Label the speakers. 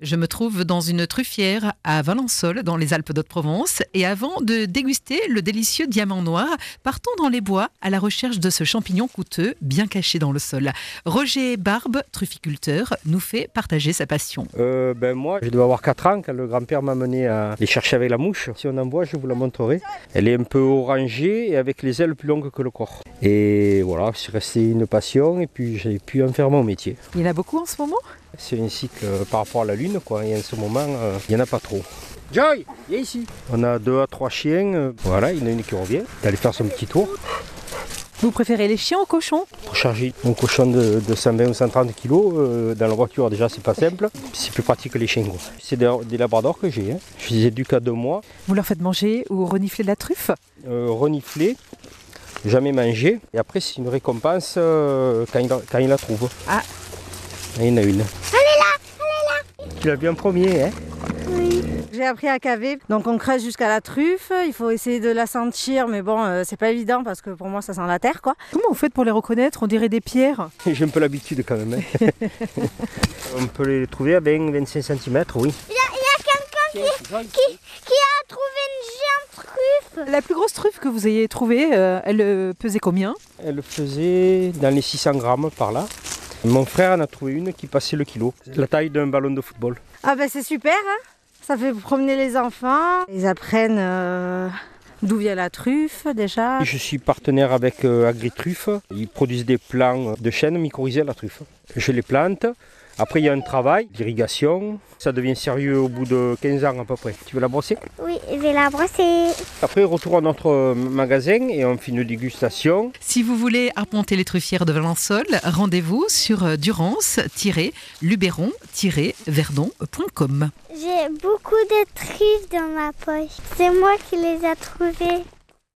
Speaker 1: Je me trouve dans une truffière à Valençol, dans les Alpes d'Haute-Provence. Et avant de déguster le délicieux diamant noir, partons dans les bois à la recherche de ce champignon coûteux, bien caché dans le sol. Roger Barbe, trufficulteur, nous fait partager sa passion.
Speaker 2: Euh, ben moi, je dois avoir 4 ans quand le grand-père m'a amené à les chercher avec la mouche. Si on en voit, je vous la montrerai. Elle est un peu orangée et avec les ailes plus longues que le corps. Et voilà, c'est resté une passion et puis j'ai pu en faire mon métier.
Speaker 1: Il y en a beaucoup en ce moment
Speaker 2: C'est un cycle euh, par rapport à la lune, quoi. Et en ce moment, euh, il n'y en a pas trop. Joy, viens ici. On a deux à trois chiens. euh, Voilà, il y en a une qui revient. D'aller faire son petit tour.
Speaker 1: Vous préférez les chiens aux cochons
Speaker 2: Pour charger mon cochon de, de 120 ou 130 kg euh, dans la voiture, déjà, c'est pas simple. C'est plus pratique que les chiens. quoi. C'est des, des labradors que j'ai. hein. Je les éduque à deux mois.
Speaker 1: Vous leur faites manger ou renifler de la truffe
Speaker 2: euh, renifler, jamais manger. Et après, c'est une récompense euh, quand, il, la- quand il la trouve.
Speaker 1: Ah.
Speaker 2: Il y en a une. Elle est là, elle est là. Tu l'as vu en premier, hein
Speaker 3: J'ai appris à caver, donc on creuse jusqu'à la truffe. Il faut essayer de la sentir, mais bon, euh, c'est pas évident parce que pour moi, ça sent la terre, quoi.
Speaker 1: Comment vous faites pour les reconnaître On dirait des pierres.
Speaker 2: J'ai un peu l'habitude quand même. hein. On peut les trouver à 20, 25 cm, oui. Il y a, quelqu'un qui...
Speaker 1: La plus grosse truffe que vous ayez trouvée, euh, elle euh, pesait combien
Speaker 2: Elle faisait dans les 600 grammes par là. Mon frère en a trouvé une qui passait le kilo. La taille d'un ballon de football.
Speaker 3: Ah ben c'est super, hein ça fait promener les enfants. Ils apprennent euh, d'où vient la truffe déjà.
Speaker 2: Je suis partenaire avec euh, Agritruffe. Ils produisent des plants de chêne mycorhizés à la truffe. Je les plante. Après, il y a un travail d'irrigation. Ça devient sérieux au bout de 15 ans à peu près. Tu veux la brosser
Speaker 4: Oui, je vais la brosser.
Speaker 2: Après, retour à notre euh, magasin et on fait une dégustation.
Speaker 1: Si vous voulez arpenter les truffières de Valençol, rendez-vous sur euh, durance-luberon-verdon.com.
Speaker 4: J'ai beaucoup de trufes dans ma poche. C'est moi qui les a trouvées.